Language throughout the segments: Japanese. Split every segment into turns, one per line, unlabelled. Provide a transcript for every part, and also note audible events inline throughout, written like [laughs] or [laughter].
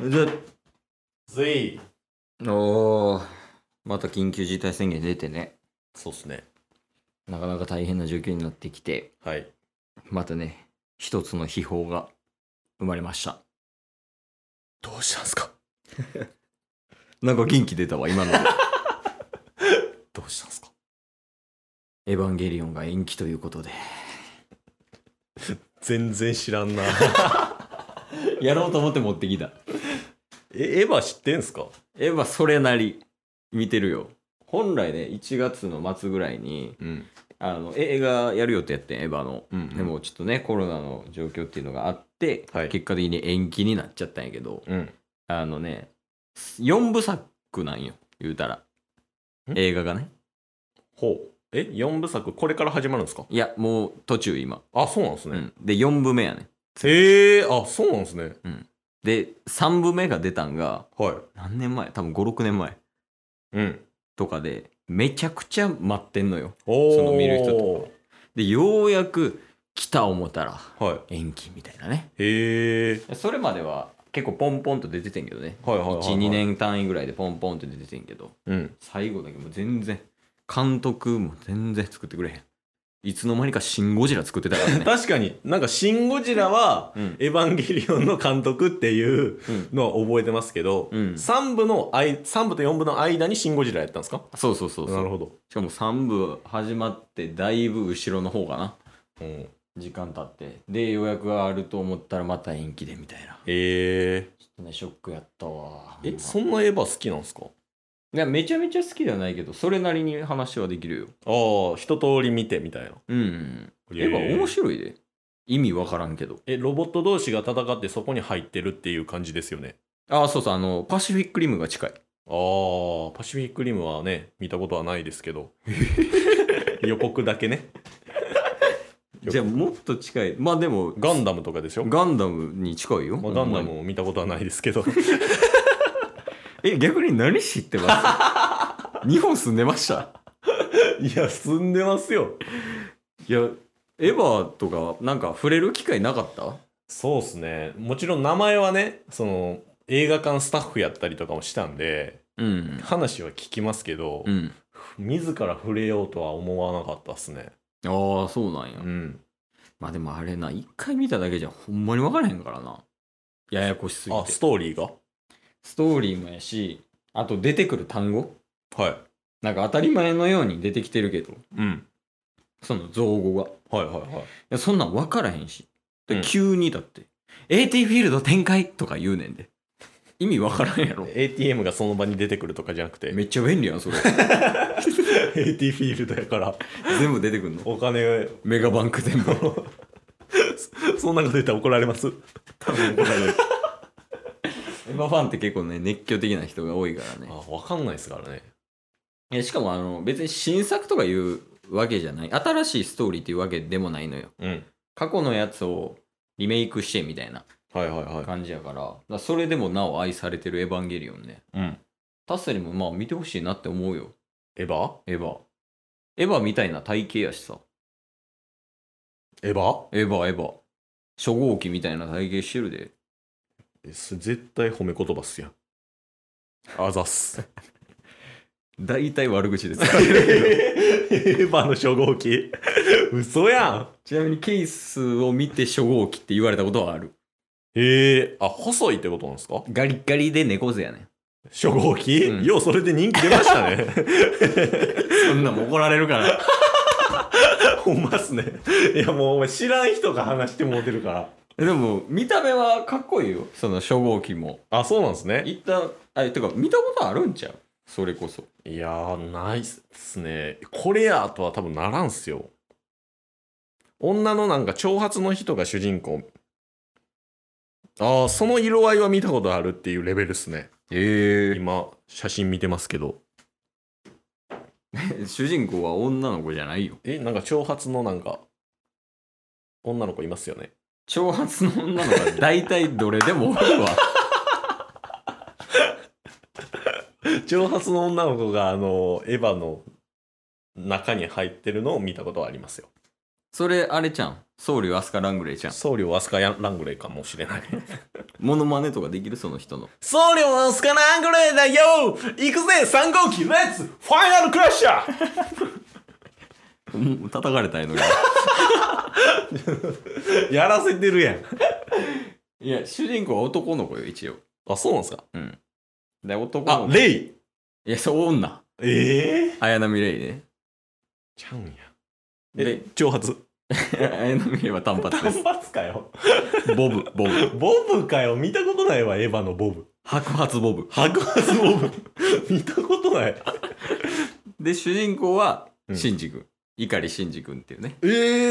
で、
ずい。
おー、また緊急事態宣言出てね、
そうっすね。
なかなか大変な状況になってきて、
はい。
またね、一つの秘宝が生まれました。
どうしたんすか
[laughs] なんか元気出たわ、今ので。
[laughs] どうしたんすか
エヴァンゲリオンが延期ということで。
全然知らんな。
やろうと思って持ってきた。
[laughs] え、エヴァ知ってんすか
エヴァそれなり見てるよ。本来ね、1月の末ぐらいに、
うん。
あの映画やる予定やってんエヴァの、
うんうん
でもちょっとねコロナの状況っていうのがあって、
はい
結果的に延期になっちゃったんやけど
うん。
あのね4部作なんよ言うたら
ん
映画がね
ほう。え、4部作、これから始まるんですか
いやもう途中今、
あ、そうなんす
う
ね。
ん、で4部目やね
へえ、あ、そうなんすね。
で3部目が出たんが
はい。
何年前多分56年前
うん。
とかでめちゃくちゃ待ってんのよ
お
その見る人とでようやく来た思ったら
か。は
延期みたいなね
い。へえ。
それまでは結構ポンポンと出ててんけどね
はいはいはい、はい。
12。年単位ぐらいでポンポンって出ててんけど
うん。
最後だけもう全然監督も全然作ってくれへんいつの間にか「シン・ゴジラ」作ってたからね
確かに、なんか、シン・ゴジラは、
うん
エヴァンゲリオンの監督っていう
うん
のは覚えてますけど、
うん
3部のあい三部と4部の間にシン・ゴジラやったんですか
そうそうそうそ
なる
う
ほど、
しかも3部始まってだいぶ後ろの方かな
うん、
時間経ってで予約があると思ったらまた延期でみたいな
え
ちょっとねショックやったわ
えそんなエヴァ好きなんですか
いやめちゃめちゃ好きではないけどそれなりに話はできるよ
ああ一通り見てみたいな
うんうん
え
エヴァ面
い
白いで意味わからんけど
えロボット同士が戦ってそこに入ってるっていう感じですよね
ああそうそうあのパシフィックリムが近い
ああパシフィックリムはね見たことはないですけ [laughs] ど予告だけね
じゃあもっと近いまあでも
ガンダムとかでしょ、
ガンダムに近いよ。
まあ、ガンダ
ほんまに
ムも見たことはないですけど
え、逆に何知ってます [laughs] 日本住んでました
[laughs] いや進んでますよ
いや、エヴァとかなんか触れる機会なかった
そうっすねもちろん名前はねその映画館スタッフやったりとかもしたんで
うん。
話は聞きますけど、
うん。
自ら触れようとは思わなかったっすね
ああ、そうなんや。
ん
まあでもあれな、一回見ただけじゃほんまに分からへんからな。ややこしすぎ
あ
て。
ス
ス
トーリーが
トーリーもやし、あと出てくる単語
はい
なんか当たり前のように出てきてるけど、
うん
その造語が。い
はいはいはい
や、そんなん分からへんし。で
うん
急にだって、AT フィールド展開とか言うねんで。意味分からんやろ。
ATM がその場に出てくるとかじゃな
[laughs]
くて
めっちゃ便利やんそれ
AT フィールドやから
全部出てくんの
お金が
メガバンク全部
[laughs] そんなこと言ったら怒られます
多分怒られるエヴァファンって結構ね熱狂的な人が多いからね
[laughs] あわかんないですからね
えしかもあの別に新作とかいうわけじゃない新しいストーリーっていうわけでもないのよ
うん
過去のやつをリメイクしてみたいな
はいはいは
感じやからだからそれでもなお愛されてる「エヴァンゲリオンね」
いうん
タッサにもまあ見てほしいなって思うよ
エヴァ
エヴァエヴァみたいな体型やしさ
エヴァ
エヴァエヴァ初号機みたいな体型してるで
えそれ絶対褒め言葉っすやんあざ
[laughs]
っす
大体悪口です
エヴァの初号機嘘やん
ちなみにケースを見て初号機って言われたことはある。
へえあ細いってことなんですか
ガリガリで猫背やね。
初号機、
うん
ようそれで人気出ましたね
そんなもん怒られるから。 [laughs]
ほんまっすねいやもうお前知らん人が話してもうてるから
でも、見た目はかっこいいよ。その初号機も。
あそうなんですね
一旦、あ、てか見たことあるんちゃうそれこそ。
いやーないっすねこれやとは多分ならんっすよ女のなんか長髪の人が主人公ああその色合いは見たことあるっていうレベルっすね
え
今写真見てますけど
え主人公は女の子じゃないよ。
えなんか長髪のなんか女の子いますよね
長髪の女の子は大体どれでもお [laughs] るわ。
長髪の女の子があのエヴァの中に入ってるのを見たことはありますよ
それあれちゃん僧侶アスカ・ラングレーちゃん
僧侶アスカヤンラングレーかもしれない [laughs]
モノマネとかできるその人の
僧侶アスカラングレーだよ行くぜ3号機レッツファイナルクラッシャー
うん叩かれたいのに
[laughs] やらせてるやん
[laughs] いや主人公は男の子よ一応
あそうなんですか
で男の
あ
子
レイ
いやそう女
ええ
綾波レイね
ちゃうんや
で
え挑発
[laughs] 綾波レイは単発です
単発かよ
ボブボブ
ボブかよ見たことないわエヴァのボブ
白髪ボブ
[laughs] 白髪ボブ [laughs] 見たことない
で主人公は
うん
シンジ君碇シンジ君っていうね
え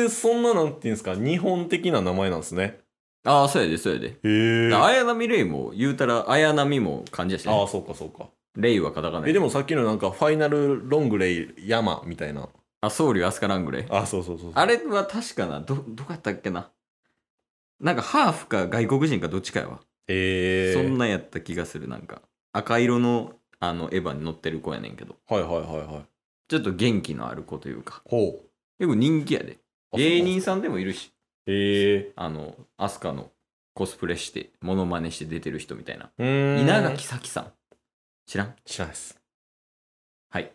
ー、そんななんていうんですか日本的な名前なんですね
ああそうやでそうやで
え
だか
ー
ら
あ
綾波レイも言うたら綾波も漢字やし
あ
ね
そうかそうか
レイはカタカナ
え
や
でもさっきのなんかファイナルロングレイ山みたいな
あ僧侶アスカ・ラングレー
あそうそうそうそう
あれは確かな、ど、どこやったっけな。なんかハーフか外国人かどっちかやわ。
えー、
そんなんやった気がする、なんか。赤色のあのエヴァに乗ってる子やねんけど。
はいはいはいはい
ちょっと元気のある子というか。
ほ
結構人気やで。
う
芸人さんでもいるし、
え
あの、アスカのコスプレして、モノマネして出てる人みたいな。
えー、
稲垣咲さん。知らん
知らないです
はい。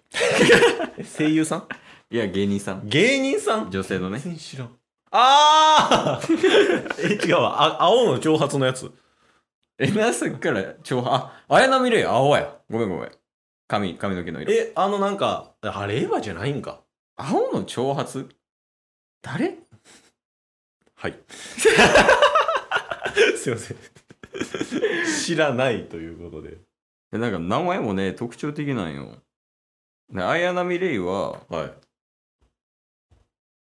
え声優さん
いや、芸人さん。
芸人さん
女性のね。
然知らんああ [laughs] え違うわあ青の挑発のやつ
え、なさっきから、ちょ、あ、綾波レイ、青や。ごめんごめん。髪、髪の毛の色。
えあのなんかあれエヴァじゃないんか
青の挑発誰
はい [laughs] すいません知らないということで
でなんか名前もね特徴的なんよで綾波レイは
はい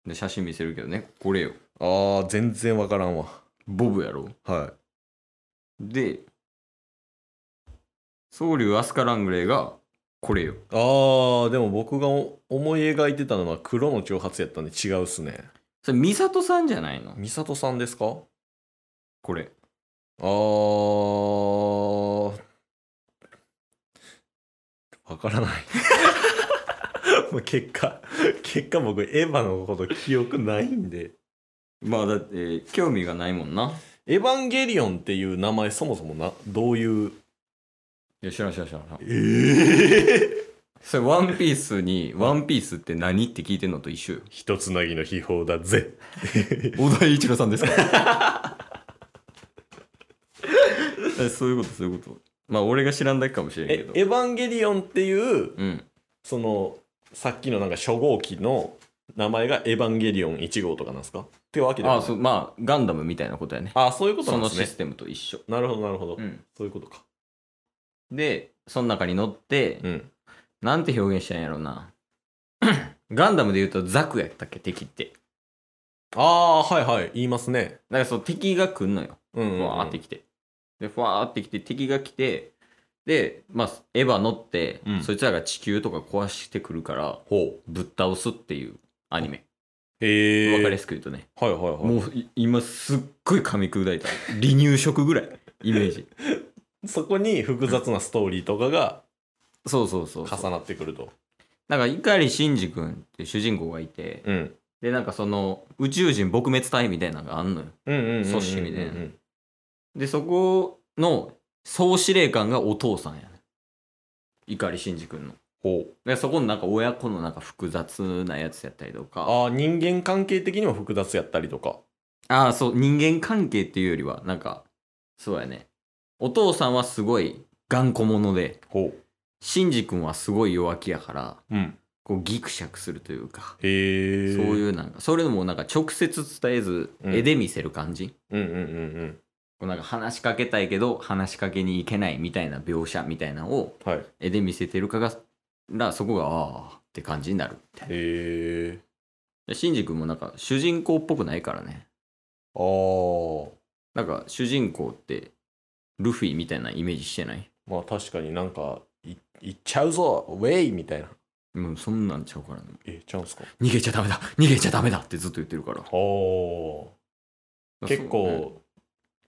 で写真見せるけどねこれよ
あー全然わからんわ
ボブやろ
は
で僧侶アスカ・ラングレーがこれよ
いあーでも僕がお思い描いてたのは黒の挑発やったんで違うっすね
それ美里さんじゃないの
美里さんですか
これ
あーわからない [laughs] もう結果結果僕エヴァのこと記憶ないんで
まあだって興味がないもんな
「エヴァンゲリオン」っていう名前そもそもなどういう
いや知らん知らん知らん
ええ
それワンピースに「ワンピースって何?」って聞いてんのと一緒よ
一つなぎの秘宝だぜ
小田栄一郎さんですか [laughs] えそういうことそういうことまあ俺が知らんだけかもしれんけ
え
ど
エヴァンゲリオンっていう
うん
そのさっきのなんか初号機の名前がエヴァンゲリオン1号とかなんですかってわけでは
あ
ない
そうまあガンダムみたいなことやね
あそういうこと
そ
なんで
の
す
シ
ね
ステムと一緒、
なるほどなるほど、
うん、
そういうことか
でその中に乗って、
うん
なんて表現したんやろうな [clears throat] ガンダムで言うとザクやったっけ敵って
ああーはいはい言いますね
なんかそう敵が来んのよ
うんうん
ふ
うん
わーって来て、でふわーって来て敵が来てでまあエヴァ乗って、
うん
そいつらが地球とか壊してくるから
ほ
ぶっ倒すっていうアニメ
うへえ
わかりやすく言うとね、
はいはいはい
もうい今すっごい噛み砕いた離乳食ぐらい
[laughs]
イメージ
そこに複雑なストーリーとかが
そうそうそうそう
重なってくると
なんか碇シンジ君っていう主人公がいて、
うん
でなんかその宇宙人撲滅隊みたいなのがあんのよ
うんうんうんうん
組織みたいな
うんうん
でそこの総司令官がお父さんやね碇シンジ君の
ほう
でそこのなんか親子のなんか複雑なやつやったりとか
ああ人間関係的にも複雑やったりとか
ああーそう人間関係っていうよりはなんかそうやねお父さんはすごい頑固者で
ほう
シンジ君はすごい弱気やから
うん
こうギクシャクするというか、
へえ
そういううなんかそれもなんか直接伝えず
うん
絵で見せる感じ、
うんうんうんうん
こうなんか話しかけたいけど話しかけに行けないみたいな描写みたいなのを
はいへ
絵で見せてるかららそこがああって感じになるみたいな
え
でシンジ君もなんか主人公っぽくないからね
ああ
なんか主人公ってルフィみたいなイメージしてない
まあ確かになんかいいっちゃうぞウェイみたいな
もうそんなんちゃうからね
えちゃうんすか
逃げちゃダメだ逃げちゃダメだってずっと言ってるから
ほう結
そう
構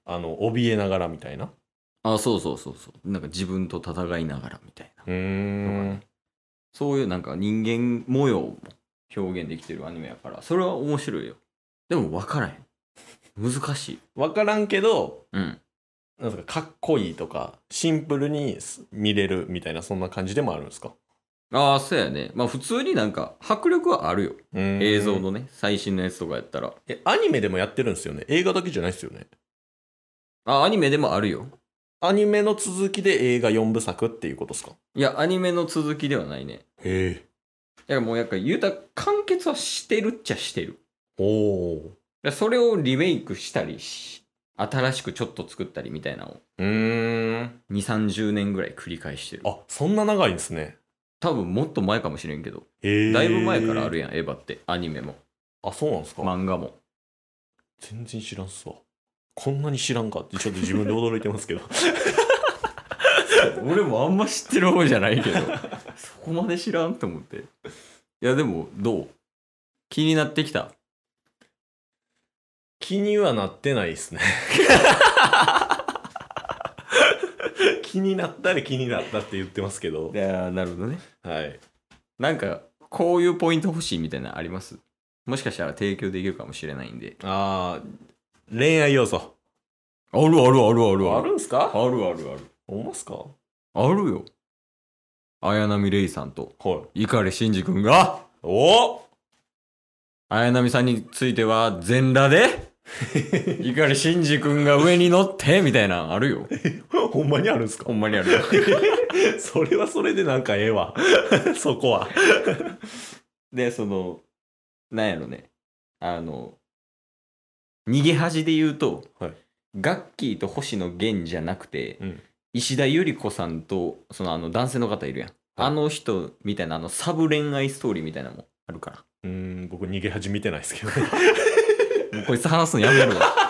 あの怯えながらみたいな
あそうそうそうそうなんか自分と戦いながらみたいな
うーん
そういうなんか人間模様も表現できてるアニメやからそれは面白いよでも分からへん難しい
分からんけど
うん
なんすかかっこいいとかシンプルに見れるみたいなそんな感じでもあるんですか
ああそうやねまあ普通になんか迫力はあるよ映
映
像のね最新のやつとかやったら
えアニメでもやってるんですよね映画だけじゃないですよね
あアニメでもあるよ
アニメの続きで映画4部作っていうことですか
いやアニメの続きではないね
へ
いやもうやっぱ言うたら完結はしてるっちゃしてる
えおお
だからそれをリメイクしたりし新しくちょっと作ったりみたいなのを
うーん
2 3 0年ぐらい繰り返してる
あそんな長いんですね
多分もっと前かもしれんけど
へえ
だいぶ前からある
や
やん、エヴァってアニメも
あそうなんですか、
漫画も
全然知らんっすわこんなに知らんかってちょっと自分で驚いてますけど
俺もあんま知ってる方じゃないけど [laughs] そこまで知らんと思っていやでもどう気になってきた
気にはなってない [laughs] ですね気になったら気になったって言ってますけど
やなるほどね
はい
なんかこういうポイント欲しいみたいなのありますもしかしたら提供できるかもしれないんで
あー恋愛要素
あるあるあるある
あるんすか
あるあるある
ほんまっすかは
あるよ綾波レイさんと
い
碇シンジ君が
お
綾波さんについては全裸 [laughs] で碇シンジ君が上に乗ってみたいなのあるよ
[laughs] ほんまにあるんす [laughs]
[laughs]
か
ほんまにあるよ
それはそれでなんかええわ [laughs] そこは
でそのなんやろねあの逃げ恥で言うと、
はい
ガッキーと星野源じゃなくて、
うん
石田ゆり子さんとそのあの男性の方いるやん、
はい
あの人みたいなあのサブ恋愛ストーリーみたいなのもあるから
うーん僕逃げ始めてないですけど
こいつ話すのやめるわ。